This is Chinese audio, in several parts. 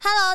Hello，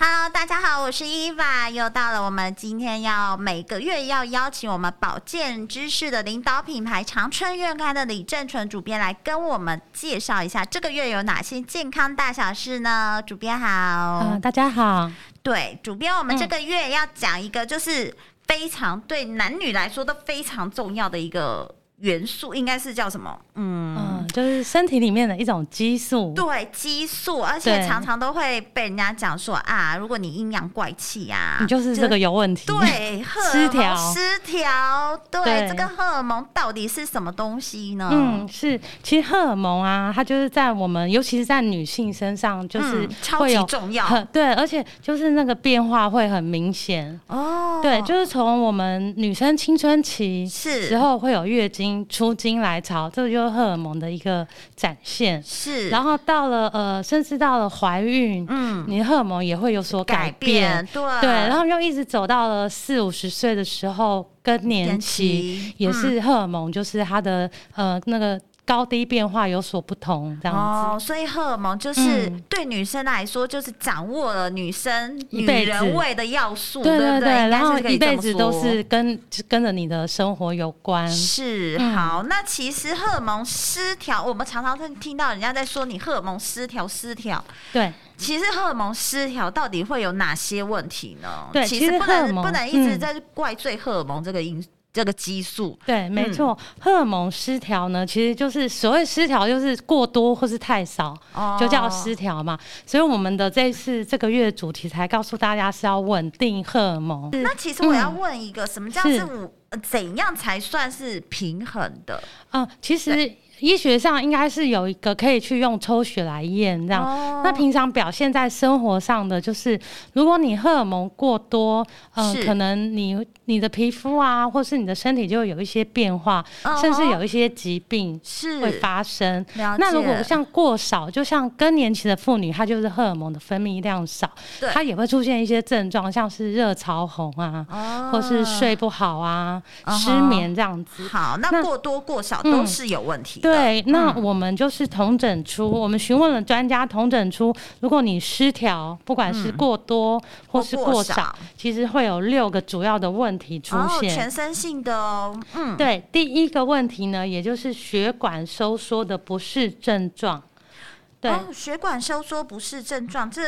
Hello，大家好，我是伊娃，又到了我们今天要每个月要邀请我们保健知识的领导品牌长春院刊的李正纯主编来跟我们介绍一下这个月有哪些健康大小事呢？主编好，啊、哦大家好，对，主编，我们这个月要讲一个就是非常对男女来说都非常重要的一个元素，应该是叫什么？嗯。嗯，就是身体里面的一种激素，对激素，而且对常常都会被人家讲说啊，如果你阴阳怪气啊，你就是这个有问题。， 对，荷尔失蒙调失调，对，对这个荷尔蒙到底是什么东西呢？嗯，是，其实荷尔蒙啊，它就是在我们，尤其是在女性身上，就是嗯超会级有重要很对，而且就是那个变化会很明显。哦，对，就是从我们女生青春期是之后会有月经、出经来潮，这个就是荷尔蒙的一个展现。是，然后到了呃，甚至到了怀孕，嗯，你的荷尔蒙也会有所改变变，对对，然后又一直走到了四五十岁的时候，更年期也嗯是荷尔蒙，就是它的呃那个高低变化有所不同，这样子。哦，所以荷尔蒙就是嗯对女生来说，就是掌握了女生一女辈子人味的要素，对不对对，应该然后是可以一这辈么子都说是跟跟着你的生活有关。是嗯好，那其实荷尔蒙失调，我们常常会听到人家在说你荷尔蒙失调，失调。对其实荷尔蒙失调到底会有哪些问题呢？对其其实实不荷尔能蒙不能一直嗯在怪罪荷尔蒙这个因这个激素。对，没错，嗯荷尔蒙失调呢，其实就是所谓失调，就是过多或是太少，哦就叫失调嘛。所以我们的这一次这个月的主题才告诉大家是要稳定荷尔蒙。那其实我要问一个，什么叫是是我呃怎样才算是平衡的？嗯，其实医学上应该是有一个可以去用抽血来验这样。哦那平常表现在生活上的，就是如果你荷尔蒙过多，嗯、是可能你你的皮肤啊，或是你的身体就会有一些变化，嗯哼甚至有一些疾病哦是会发生。了解那如果像过少，就像更年期的妇女，她就是荷尔蒙的分泌量少对，她也会出现一些症状，像是热潮红啊，哦或是睡不好啊、嗯哼失眠这样子。好，那那过多过少嗯都是有问题的。对，那嗯我们就是统整出，我们询问了专家，统整出，如果你失调，不管是过多、或是嗯过过少少，其实会有六个主要的问题出哦，现。全身性的哦，嗯，对，第一个问题呢，也就是血管收缩的不适症状。对，哦，血管收缩不适症状，这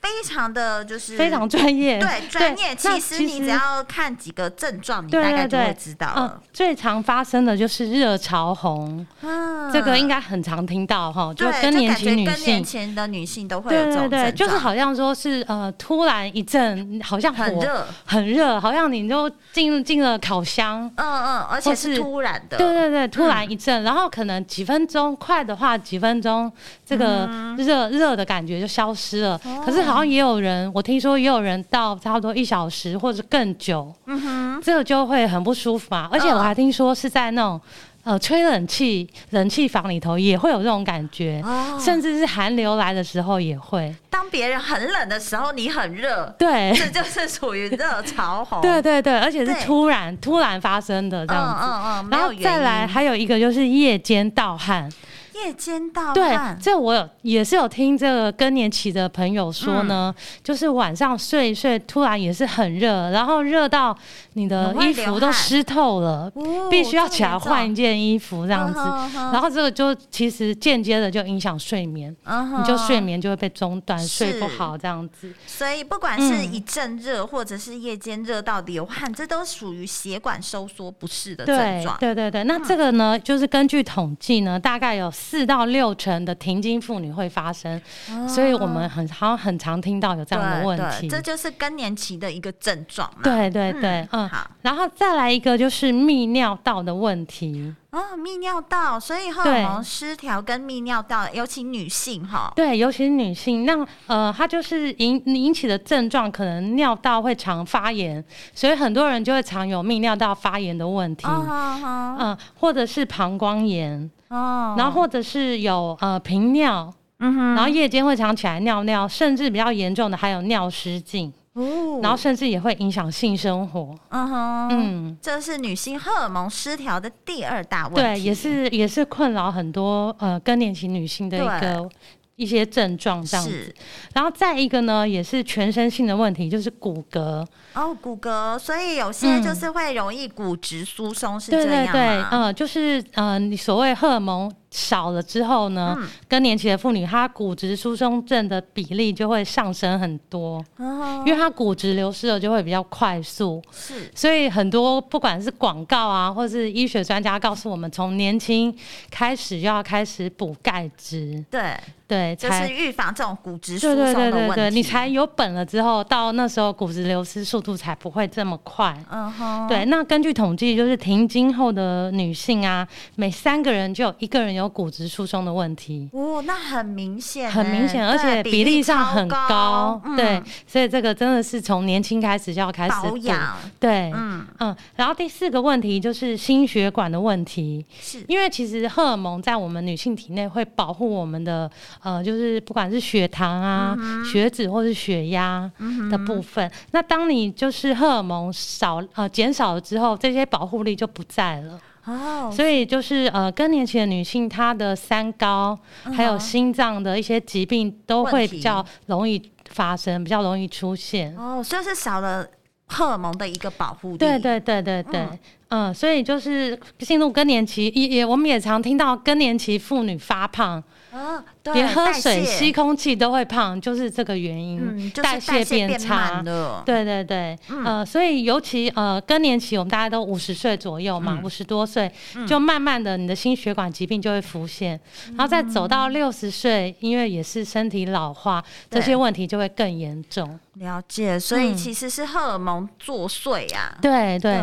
非常的就是非常专业。嗯对专业。其那实你只要看几个症状，你对大概对就会对，知道嗯了。最常发生的就是热潮红，嗯，这个应该很常听到哈，就对，更年就期感女觉更性年。前的女性都会有这对对种症对，状，就是好像说是呃，突然一阵好像火很热，很热，好像你就进进了烤箱。嗯嗯，而且是是突然的，对对对，突然一嗯阵，然后可能几分钟，快的话几分钟，这个嗯热热、的感觉就消失了。哦可是好像也有人，我听说也有人到差不多一小时或者更久，嗯哼，哦这个就会很不舒服嘛。而且我还听说是在那种呃吹冷气冷气房里头也会有这种感觉，哦，甚至是寒流来的时候也会。当别人很冷的时候，你很热， 对，这就是属于热潮红，对对对，而且是哦对突然突然发生的嗯这样子。嗯嗯，没然有后原因再来还有一个就是夜间盗汗，夜间盗对汗，，这我有也是有听这个更年期的朋友说呢，嗯就是晚上睡一睡，突然也是很热，然后热到你的很会衣流服都汗湿透了，哦必须要这么起来严重换一件衣服这样子。嗯哼然后这个就其实间接的就影响睡眠，嗯哼你就睡眠就会被中断，睡不是好这样子。所以不管是嗯一阵热，或者是夜间热到流汗，这都属于血管收缩不适的症对状。嗯对对对，那这个呢，就是根据统计呢，大概有四到六成的停经妇女会发生，所以我们很好像很常听到有这样的问题。哦对对，这就是更年期的一个症状嘛。对对对，嗯嗯，好然后再来一个就是泌尿道的问题，哦，泌尿道，所以荷尔对蒙失调跟泌尿道，尤其女性哈，对，尤其是女性，那呃，它就是引引起的症状，可能尿道会常发炎，所以很多人就会常有泌尿道发炎的问题，哦嗯、哈或者是膀胱炎，哈哦，嗯然后或者是有呃频尿，嗯哼，然后夜间会常起来尿尿，甚至比较严重的还有尿失禁，哦然后甚至也会影响性生活，嗯哼，嗯。这是女性荷尔蒙失调的第二大问对，题，也是也是困扰很多呃更年期女性的一个一些症状这样子是。然后再一个呢，也是全身性的问题，就是骨骼。哦，骨骼，所以有些嗯就是会容易骨质疏松，是对这对样啊对，吗？嗯、就是呃，你所谓荷尔蒙少了之后呢，嗯更年期的妇女她骨质疏松症的比例就会上升很多，嗯哦因为她骨质流失的就会比较快速。是所以很多不管是广告啊，或是医学专家告诉我们，从年轻开始就要开始补钙质，对，对，就才是预防这种骨质疏对对松对的对问对，题。你才有本了之后，到那时候骨质流失速度才不会这么快。嗯哼，对，那根据统计，就是停经后的女性啊，每三个人就有一个人有骨质疏松的问题，哦，那很明显欸，很明显，而且对比例上超很高。对嗯，所以这个真的是从年轻开始就要开始保补养，对，嗯嗯，然后第四个问题就是心血管的问题，是因为其实荷尔蒙在我们女性体内会保护我们的呃，就是不管是血糖啊、嗯血脂或是血压的部分。那当你就是荷尔蒙少呃减少了之后，这些保护力就不在了。哦，所以就是呃，更年期的女性，她的三高还有心脏的一些疾病都嗯问会题比较容易发生，比较容易出现。哦，就是少了荷尔蒙的一个保护力，对对对对对，嗯、所以就是进入更年期，也也我们也常听到更年期妇女发胖，哦，对，连喝代水、谢吸空气都会胖，就是这个原因，嗯，就是代谢变差慢。了，嗯对对对，呃，所以尤其呃更年期，我们大家都五十岁左右嗯嘛，五十、多岁，就慢慢的你的心血管疾病就会浮现，嗯然后再走到六十岁，因为也是身体老化，这对些问题就会更严重。了解，所以嗯其实是荷尔蒙作祟呀、啊。对对，对，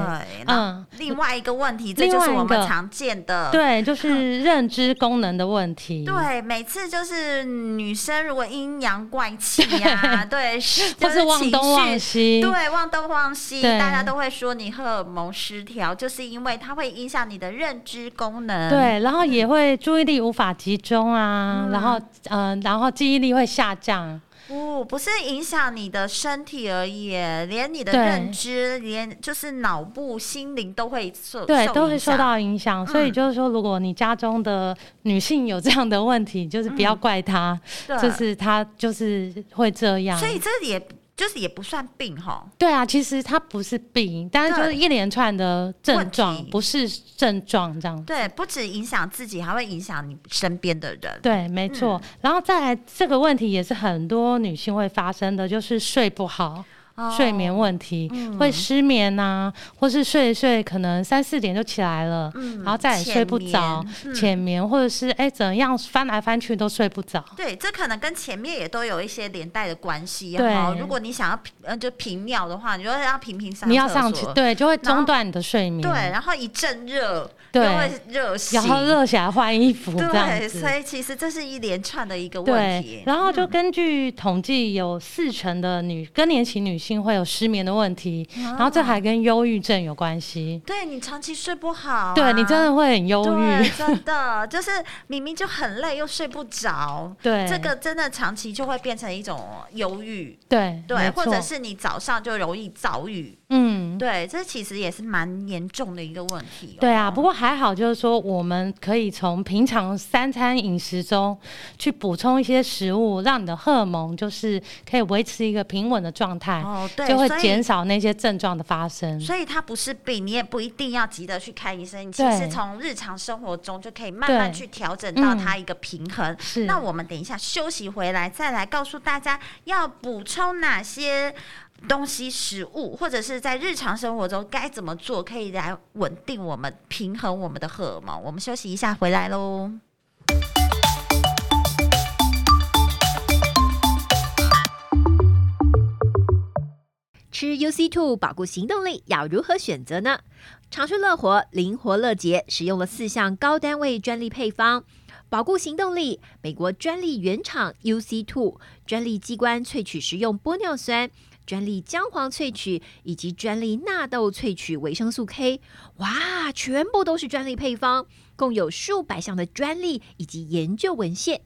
那嗯另外一个问题，这另就是外我们一个常见的。对，就是认知功能的问题。对，每次就是女生如果阴阳怪气呀、 对，是就或是忘情东忘绪西，对，忘东忘西，对大家都会说你荷尔蒙失调，就是因为它会影响你的认知功能。，对然后也会注意力无法集中啊，然后嗯、呃然后记忆力会下降，不、哦不是影响你的身体而已，连你的对认知，连就是脑部、心灵都会受对，受都影会受响到影响。所以嗯就是说，如果你家中的女性有这样的问题，就是不要怪她，嗯对就是她就是会这样所。以这也就是也不算病哈。对啊，其实她不是病，但是就是对一连串的症问状题，不是症状这样子。对，不止影响自己，还会影响你身边的人。对，没错。嗯然后再来这个问题也是很多女性会发生的，就是睡不好。哦睡眠问题，会失眠呐、或是睡一睡可能三四点就起来了，嗯然后再也睡不着浅，嗯浅眠,、或者是哎、怎样翻来翻去都睡不着。对，这可能跟前面也都有一些连带的关系。对好，如果你想要平呃就频尿的话，你就要频频上你要厕上所去，对，就会然后中断你的睡眠，对，然后一阵热，又对会热醒，然后热起来换衣服这样对，所子。以其实这是一连串的一个问对题，。嗯然后就根据统计，有四成的女更年期女性会有失眠的问题，啊然后这还跟忧郁症有关系。对你长期睡不好、啊对你真。的会很忧对郁，，真 的就是明明就很累，又睡不着，对这个真的长期就会变成一种忧郁，对对，没或错者是你早上就容易躁郁，嗯，对，这其实也是蛮严重的一个问题、哦。对啊，不过还好，就是说我们可以从平常三餐饮食中去补充一些食物，让你的荷尔蒙就是可以维持一个平稳的状态，哦，对，就会所以减少那些症状的发生。所以它不是病，你也不一定要急着去看医生。你其对实从日常生活中就可以慢慢对去调整到嗯它一个平衡。是，那我们等一下休息回来，再来告诉大家要补充哪些东西、食物，或者是在日常生活中该怎么做，可以来稳定我们、平衡我们的荷尔蒙。我们休息一下，回来喽。吃 UC Two 保护行动力要如何选择呢？长春乐活灵活乐捷使用了四项高单位专利配方，保护行动力。美国专利原厂 UC Two 专利机关萃取食用玻尿酸。专利姜黄萃取以及专利纳豆萃取维生素 K，哇，全部都是专利配方，共有数百项的专利以及研究文献。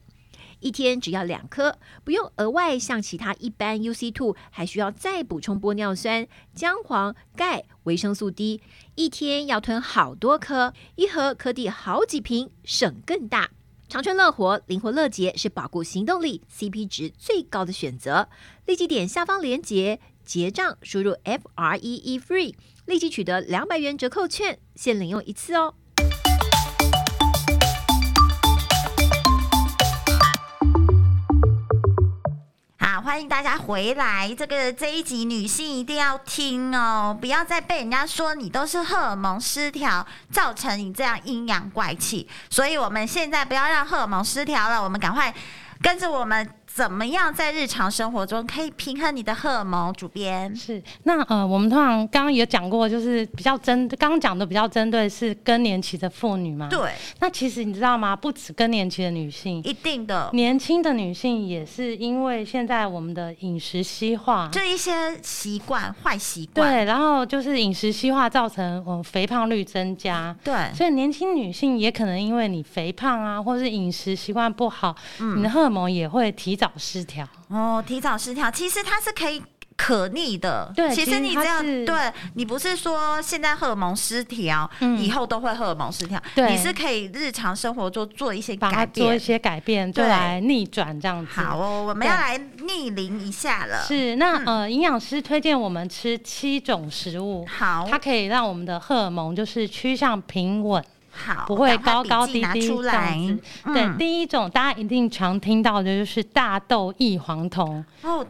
一天只要两颗，不用额外像其他一般 UC two 还需要再补充玻尿酸、姜黄、钙、维生素 D，一天要吞好多颗，一盒可抵好几瓶，省更大。长春乐活灵活乐捷是保护行动力 CP 值最高的选择，立即点下方链接结账，输入 F R E E FREE，立即取得两百元折扣券，限领用一次哦。啊，欢迎大家回来！这个这一集女性一定要听哦，不要再被人家说你都是荷尔蒙失调，造成你这样阴阳怪气。所以我们现在不要让荷尔蒙失调了，我们赶快跟着我们怎么样在日常生活中可以平衡你的荷尔蒙。主编，是，那呃，我们通常刚刚也讲过，就是比较针，刚刚讲的比较针对是更年期的妇女嘛。。对，那其实你知道吗？不止更年期的女性，一定的，年轻的女性也是因为现在我们的饮食西化，这一些习惯坏习惯，对，然后就是饮食西化造成我们肥胖率增加。对所以年轻女性也可能因为你肥胖啊，或是饮食习惯不好，嗯你的荷尔蒙也会提早失调。哦，提早失调，其实它是可以可逆的。对其其实实你它这样，是对你不是说现在荷尔蒙失调，嗯以后都会荷尔蒙失调，对你是可以日常生活中做一些把改它做一变。些改变，就对来逆转这样子。好嗯哦，我们对要来逆龄一下了。是，那、呃，营养师推荐我们吃七种食物，好，它可以让我们的荷尔蒙就是趋向平稳，好，不会赶快高笔高记低拿低出这样来子。。对，嗯，第一种大家一定常听到的就是大豆异黄酮，哦，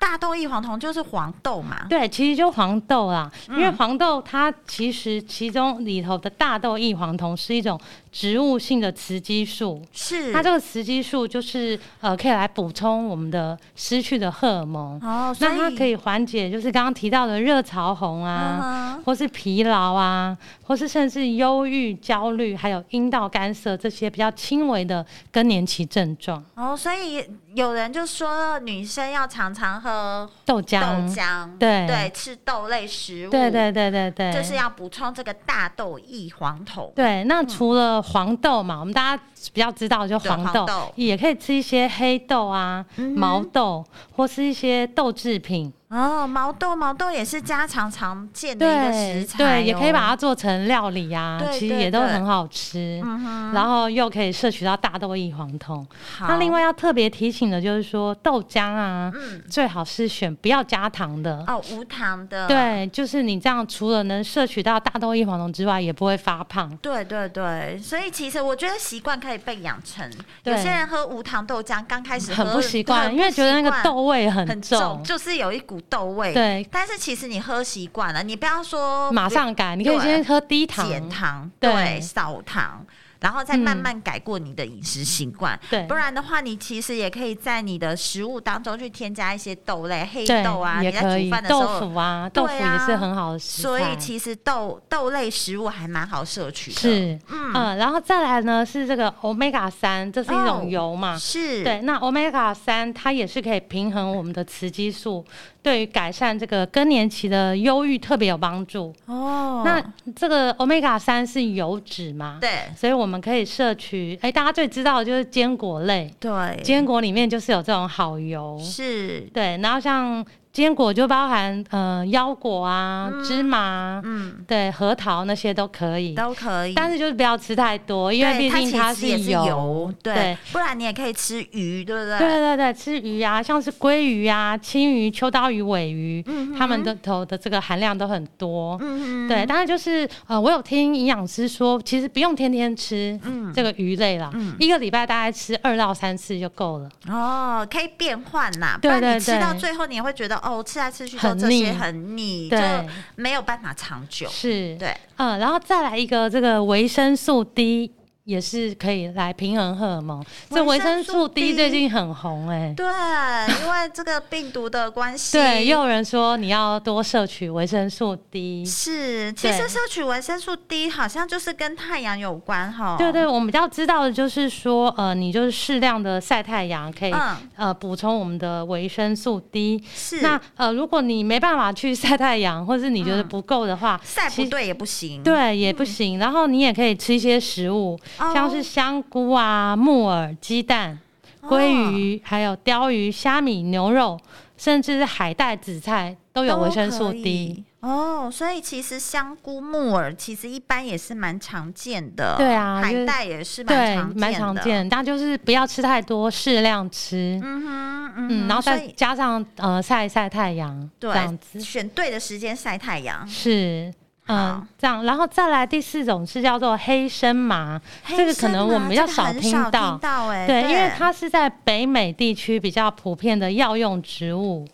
大豆异黄酮就是黄豆嘛。对，其实就黄豆啦，因为嗯黄豆它其实其中里头的大豆异黄酮是一种植物性的雌激素，是，它这个雌激素就是呃可以来补充我们的失去的荷尔蒙，哦，所那它可以缓解就是刚刚提到的热潮红啊。嗯哼或是疲劳啊，或是甚至忧郁、焦虑，还有阴道干涩这些比较轻微的更年期症状。哦，所以有人就说女生要常常喝豆豆浆，浆，对对，吃豆类食物，对对对对对，就是要补充这个大豆异黄酮。对。那除了黄豆嘛，我们大家比较知道嗯就对黄黄豆，豆嗯也可以吃一些黑豆啊、毛豆或是一些豆制品，哦，毛豆，毛豆也是家常常见的一个对食材、哦对，也可以把。它做成料理啊，对其实对也都对很好吃。嗯哼，然后又可以摄取到大豆异黄酮，好那另外要特别提醒的就是说，豆浆啊，嗯最好是选不要加糖的。哦，无糖的，对，就是你这样，除了能摄取到大豆异黄酮之外，也不会发胖。对对对，所以其实我觉得习惯可以被养成。有对些人喝无糖豆浆，刚开始很喝不习惯，很因为不觉得那习个惯豆味很很重。重，就是有一股豆味。，对，但是其实你喝习惯了，你不要说马不上改，你可以哦对先喝低糖。减糖，对对，少糖，然后再慢嗯慢改过你的饮食习惯。对不然的话，你其实也可以在你的食物当中去添加一些豆类、黑对豆啊，你也在可煮以饭。的时豆候。腐啊，对豆腐也啊是很好的食材。所以其实豆豆类食物还蛮好摄取的，是，嗯嗯、然后再来呢是这个 omega 三，这是一哦种油嘛，是，对，那 omega 三它也是可以平衡我们的雌激素，对于改善这个更年期的忧郁特别有帮助。哦，那这个 omega 三是油脂嘛？，对所以我们可以摄取。哎、大家最知道的就是坚果类，对坚果里面就是有这种好油。是对，然后像坚果就包含呃腰果啊、嗯芝麻、嗯，对核桃那些都可以，都可以。但是就是不要吃太多，因为对毕竟它其实是也是油。油，对对，不然你也可以吃鱼，对不对？对对对，吃鱼啊，像是鲑鱼啊、青鱼、秋刀鱼、尾鱼，嗯哼它们的头的这个含量都很多。嗯嗯，对，当然就是呃，我有听营养师说，其实不用天天吃嗯这个鱼类啦，嗯一个礼拜大概吃二到三次就够了。哦，可以变换呐，不对然你对吃到对最后，你也会觉得哦，吃来吃去都很这些腻很腻，就对，没有办法长久。是，对，嗯、然后再来一个这个维生素 D。也是可以来平衡荷尔蒙，这维维生生素素 D D 最近很红哎、对，因为这个病毒的关系， 对，又有人说你要多摄取维生素 D，是，其实对摄取维生素 D 好像就是跟太阳有关哈。对对，我们比较知道的就是说，呃，你就是适量的晒太阳，可以、嗯呃补充我们的维生素 D。是。那呃，如果你没办法去晒太阳，或是你觉得嗯不够的话，晒其不实对也不行。对也不行。然后你也可以吃一些食物，哦，像是香菇啊、木耳、鸡蛋、哦鲑鱼，还有鲷鱼、虾米、牛肉，甚至是海带、紫菜都有维生素 D。都可以哦，所以其实香菇、木耳其实一般也是蛮常见的。对啊就海是带也是蛮对常，蛮见常的。见，但就是不要吃太多，适量吃。嗯哼，嗯嗯，哼然后再所以加上呃晒一晒太阳，这样对子选对的时间晒太阳。是。好嗯，这样，然后再来第四种是叫做黑生麻，这个啊可能我们比较少听听到听到哎，对，因为它是在北美地区比较普遍的药用植物。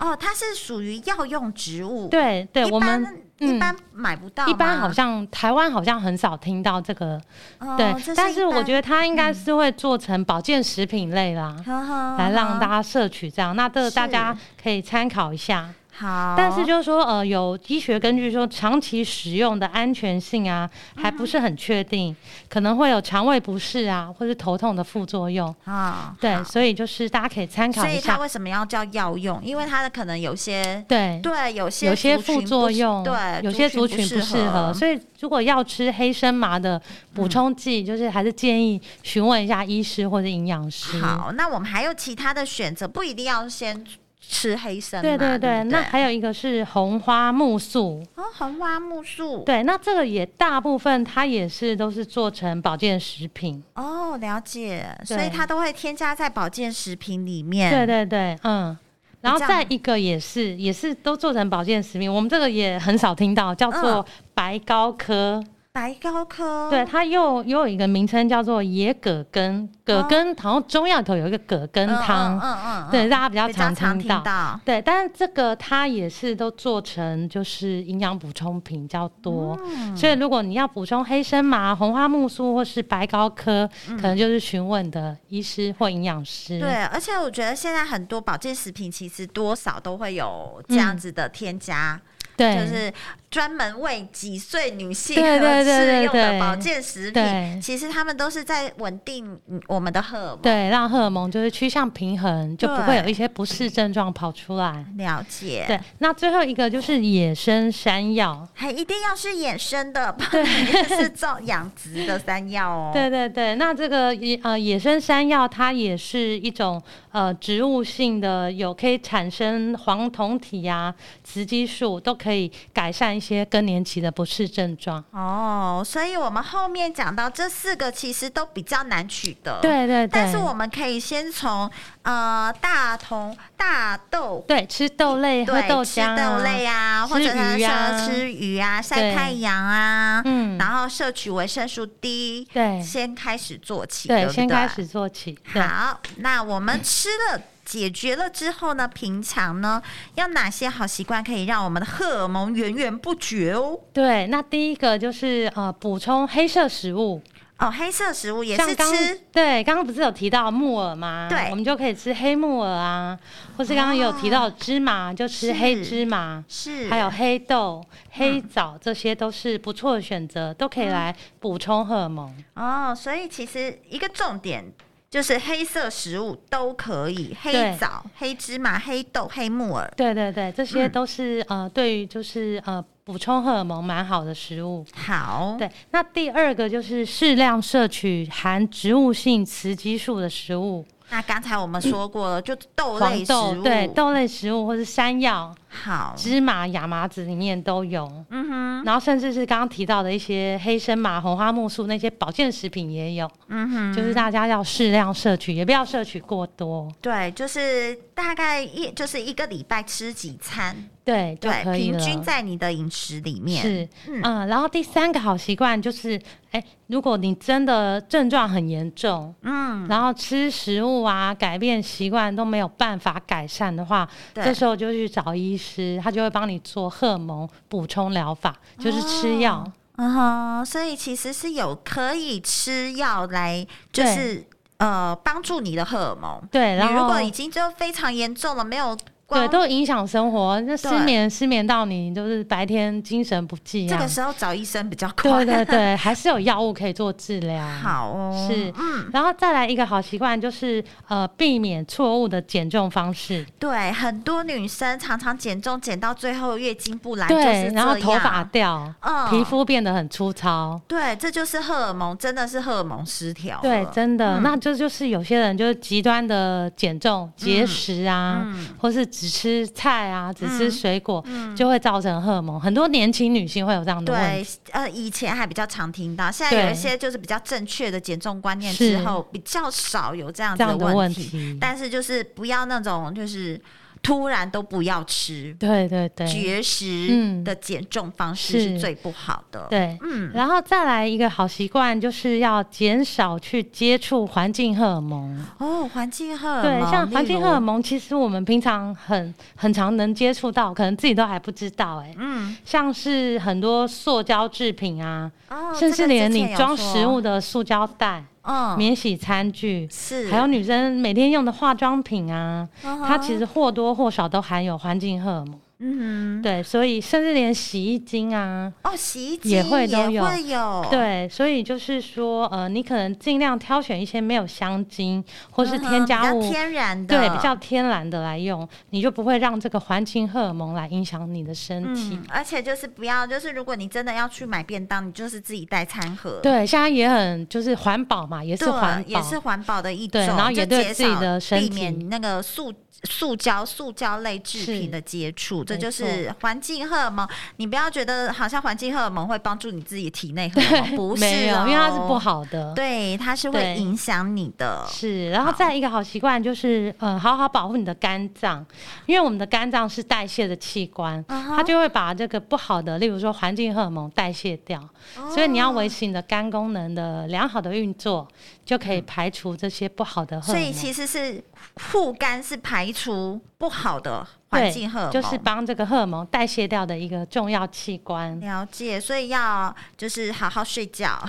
哦，它是属于药用植物。，对对，一我般们一嗯般买不到吗，一般好像台湾好像很少听到这个，哦对，但是我觉，这得它应该是会做成保健食品类啦，一般呵呵来让大呵家摄取这样。那这个大嗯是家可以参考一下。好，但是就是说，呃，有医学根据说，长期使用的安全性啊，还不嗯是很确定，可能会有肠胃不适啊，或是头痛的副作用。啊，对，好所以就是大家可以参考所以一它下。为什么要叫药用？因为它的可能有些对，对有些有些族群副作不适用，对有些族群不适合，所以如果要吃黑生麻的嗯补充剂，就是还是建议询问一下医师或者营养师。好，那我们还有其他的选择，不一定要先吃黑参嘛。对对对对，不那还有一个是红花木素，哦，红花木素。对，那这个也大部分它也是都是做成保健食品。哦，了解，所以对它都会添加在保健食品里面。对对对，嗯。然后这样再一个也是，也是都做成保健食品，我们这个也很少听到，叫嗯哦做白高科。白高科。对，它又又有一个名称叫做野葛根，葛根、好像中药里头有一个葛根嗯，汤，哦嗯嗯嗯，对，嗯大家比较比较常常听听到。到。对，但是这个它也是都做成就是营养补充品比较多，嗯所以如果你要补充黑生麻、红花木素或是白高科，可能就是询问的医师或营养师。嗯对，而且我觉得现在很多保健食品其实多少都会有这样子的添加，嗯对，就是专门为几岁女性而对对对吃对用的对保健食品对，其实他们都是在稳定嗯我们的荷尔蒙。对，让荷尔蒙就是趋向平衡，就不会有一些不适症状跑出来。了解，对，那最后一个就是野生山药。还一定要是野生的，不然是种养殖的山药哦。对对对，那这个野呃野生山药，它也是一种呃植物性的，有可以产生黄酮体呀、雌激素，都可以改善一些更年期的不适症状。哦，所以我们后面讲到这四个其实都比较难取得。。对对对，但是我们可以先从呃大同大豆对吃豆类、喝对豆吃浆、啊、豆类啊，吃或者他鱼啊说吃鱼啊、晒对太阳啊，嗯然后摄取维生素 D，对先开始做起，对对，不先对开始做起。对。好，那我们吃了。解决了之后呢，平常呢有哪些好习惯可以让我们的荷尔蒙源源不绝哦？对，那第一个就是呃，补充黑色食物，哦，黑色食物也像是刚吃，对，刚刚不是有提到木耳吗？对我们就可以吃黑木耳啊，或是刚刚也有提到芝麻，就吃黑芝麻，哦是嗯还有黑豆、黑枣，这些都是不错的选择，都可以来补充荷尔蒙。哦，所以其实一个重点就是黑色食物都可以，黑对枣、黑芝麻、黑豆、黑木耳。对对对，这些嗯都是、呃，对于就是呃补充荷尔蒙蛮好的食物。好，对，那第二个就是适量摄取含植物性雌激素的食物，那刚才我们说过了，就豆类黄食豆物，对豆类食物或是山药、好，芝麻、亚麻籽里面都有。嗯哼，然后甚至是刚刚提到的一些黑生麻、红花木素那些保健食品也有，嗯哼，就是大家要适量摄取，也不要摄取过多，对，就是大概一就是一个礼拜吃几餐，对就对，可以平了。均在你的饮食里面。是，嗯嗯、然后第三个好习惯就是，哎、如果你真的症状很严重，嗯，然后吃食物啊、改变习惯都没有办法改善的话，对这时候就去找医师，他就会帮你做荷尔蒙补充疗法，就是吃药。嗯哼，所以其实是有可以吃药来，就是呃帮助你的荷尔蒙。对，你然后如果已经就非常严重了，没有对光都影响生活，那失对眠失眠到你就是白天精神不济这啊个。时候找医生比较快。对对对， 还是有药物可以做治疗。 好哦，是嗯，然后再来一个好习惯就是呃，避免错误的减重方式。对，很多女生常常减重减到最后月经不来，就是对，这然后头发样掉，嗯皮肤变得很粗糙。对，这就是荷尔蒙，真的是荷尔蒙失调了。对，真的，嗯那这就是有些人就是极端的减重、节食啊，嗯或是只吃菜啊、只吃水果，嗯就会造成荷尔蒙。很多年轻女性会有这样的问对题。，呃，以前还比较常听到，现在有对一些就是比较正确的减重观念是之后，比较少有这样子这样的问问题但是就是不要那种就是突然都不要吃对对对绝食嗯的减重方式是是最不好的。，对。嗯，然后再来一个好习惯，就是要减少去接触环境荷尔蒙。哦，环境荷尔对蒙，，像例环境荷尔如，蒙，其实我们平常很很常能接触到，可能自己都还不知道、哎，嗯，像是很多塑胶制品啊，哦，甚至连这个之前你有装说食物，的塑胶袋、嗯，免洗餐具，是，还有女生每天用的化妆品啊，嗯哼它其实或多或少都含有环境荷尔蒙。嗯哼，对，所以甚至连洗衣精啊，哦，洗衣机也会都也有会有，，对，所以就是说，呃，你可能尽量挑选一些没有香精或是添加嗯比较物。天然的，对，比较天然的来用，你就不会让这个环境荷尔蒙来影响你的身体。嗯，而且就是不要，就是如果你真的要去买便当，你就是自己带餐盒，对，现在也很就是环保嘛，也是对环保，也是环保的一种，对然后就也对减自己少的身避体免那个塑塑胶、塑胶类制品是的接触，这没就是环境荷尔蒙。你不要觉得好像环境荷尔蒙会帮助你自己体内荷尔蒙， 不是、哦，没有，因为它是不，好的。对，它是会对影响你的。是，然后好再一个好习惯就是，呃，好好保护你的肝脏，因为我们的肝脏是代谢的器官，嗯哼它就会把这个不好的，例如说环境荷尔蒙代谢掉，哦所以你要维持你的肝功能的良好的运作，就可以排除这些不好的荷嗯所尔以蒙。其实是护肝是排除不好的环对境荷尔蒙，就是帮这个荷尔蒙代谢掉的一个重要器官。了解，所以要就是好好睡觉，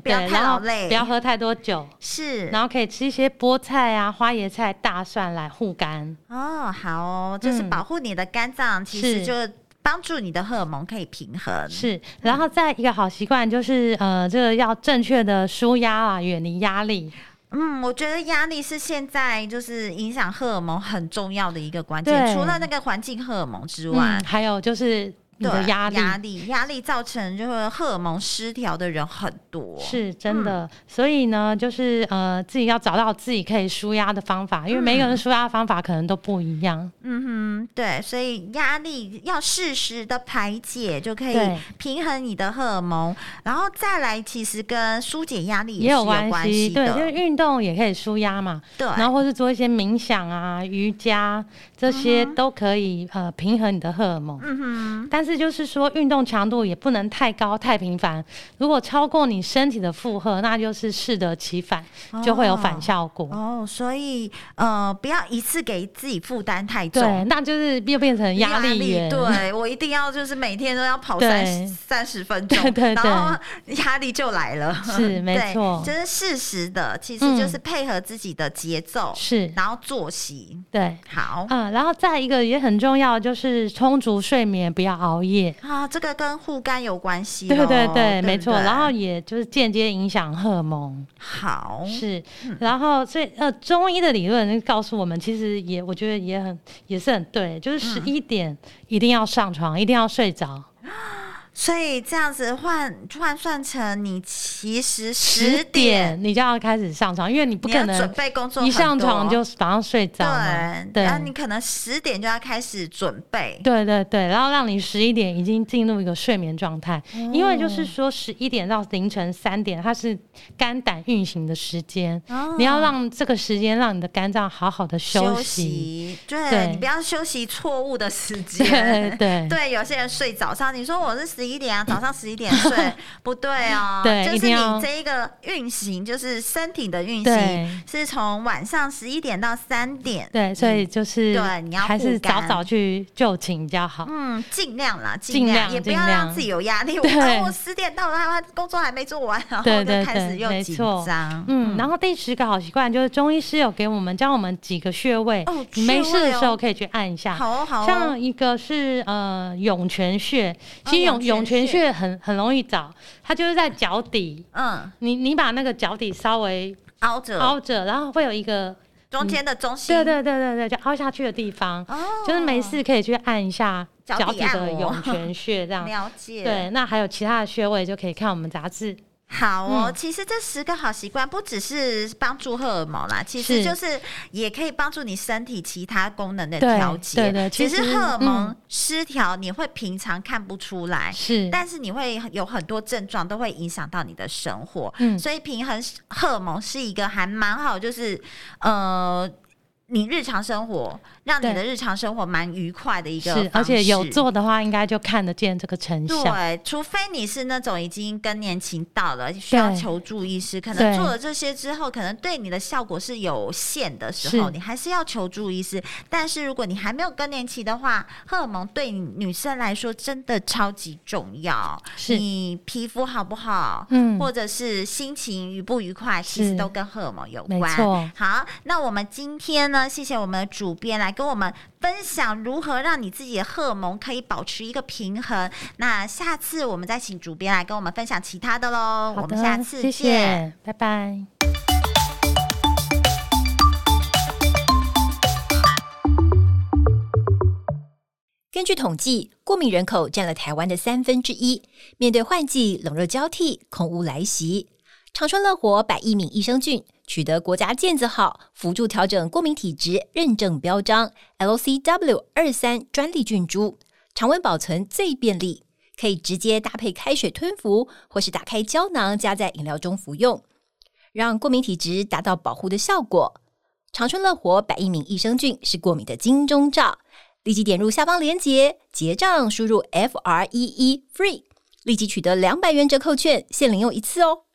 不要对，太然劳后累，不要喝太多酒，是然后可以吃一些菠菜啊、花椰菜、大蒜来护肝。哦，好哦，就是嗯保护你的肝脏，其实是就帮助你的荷尔蒙可以平衡。是，然后再一个好习惯就是，呃，这个要正确的舒压啊，远离压力。嗯，我觉得压力是现在就是影响荷尔蒙很重要的一个关键，对除了那个环境荷尔蒙之外嗯，。还有就是嗯你对的压力。压力，压力造成就是荷尔蒙失调的人很多，是真的，所以呢，就是呃，自己要找到自己可以舒压的方法，因为每个人嗯舒压的方法可能都不一样。嗯哼，对，所以压力要适时的排解，就可以对平衡你的荷尔蒙，然后再来，其实跟疏解压力也是有关关系，对，的，就是运动也可以舒压嘛，对然后或是做一些冥想啊、瑜伽这些都可以、呃平衡你的荷尔蒙。嗯但是就是说，运动强度也不能太高、太频繁。如果超过你身体的负荷，那就是适得其反，哼，就会有反哦。效果。哦，所以呃，不要一次给自己负担太对，重。那就是又变成压力源。对我一定要就是每天都要跑对三三十 分钟，对对对然后 压力就来了。是没对错就是适时的，其实嗯就是配合自己的节奏，是，然后作息。对，好嗯，然后再一个也很重要，就是充足睡眠，不要熬夜。啊，这个跟护肝有关系咯。对对不对，没错。对然后也就是间接影响荷尔蒙。好，是，嗯然后所以呃，中医的理论告诉我们，其实也我觉得也嗯很也是很对，就是十一点一定要上床，一定要睡着。所以这样子换换算成你其实十十点点你就要开始上床，因为你不你可要准能备工作很一多，上床就马上睡着对嘛。，然后你可能十点就要开始准备，对对对，然后让你十一点已经进入一个睡眠状态，哦因为就是说十一点到凌晨三点，它是肝胆运行的时间，你要让这个时间让你的肝脏好好的哦休休息。对对你不要休息错误的时间。 对 对对，有些人睡早上，你说我是十一点啊，早上十一点 睡，不对哦。对就一是定要你这一个运行，就是身体的运对行，是从晚上十一点到三点。对，所以就是对你要还护是早肝早去就寝比较好。嗯，尽量啦，尽量量也不要尽量让自己有压力。我对啊我十点到了，还工作还没做完，然后对就对开始对，又没紧错张。。嗯，然后第十个好习惯就是中医师有给我们教我们几个穴位，哦你没穴事的位时候哦可以去按一下。好哦，好哦，像一个是呃涌泉穴，其实哦涌涌涌泉泉穴穴很很容易找，它就是在脚底，嗯，你你把那个脚底稍微凹着，凹着，然后会有一个，中间的中心，对对对对对，就凹下去的地方，哦，就是没事可以去按一下脚脚底底按的摩涌泉穴这样。了解，啊对，那还有其他的穴位就可以看我们杂志。好哦，嗯其实这十个好习惯不只是帮助荷尔蒙啦，其实是就是也可以帮助你身体其他功能的对调节。对对其其实实荷尔蒙嗯失调，你会平常看不出来。是，哎但是你会有很多症状，都会影响到你的生活，嗯所以平衡荷尔蒙是一个还蛮好，就是呃，你日常生活让你对的日常生活蛮愉快的一个是，而方且有式做的话，应该就看得见这个成效。对，除非你是那种已经更年期到了，需要对求助医师，可能对做了这些之后，可能对你的效果是有限的时候，是你还是要求助医师。但是如果你还没有更年期的话，荷尔蒙对女生来说真的超级重要。是你皮肤好不好？嗯或者是心情愉不愉快，其实是都跟荷尔蒙有没关。错好，那我们今天呢，谢谢我们的主编来跟我们分享如何让你自己的荷尔蒙可以保持一个平衡。那下次我们再请主编来跟我们分享其他的喽。好我的们下，次谢见。谢，拜拜。根据统计，过敏人口占了台湾的三分之一。面对换季、冷热交替、空污来袭，长春乐活百益敏益生菌取得国家健字号，辅助调整过敏体质认证标章 LCW 二三专利菌株，常温保存最便利，可以直接搭配开水吞服，或是打开胶囊加在饮料中服用，让过敏体质达到保护的效果。长春乐活百益敏益生菌是过敏的金钟罩。立即点入下方链接结账，输入 F R E E FREE，立即取得两百元折扣券，限领用一次哦。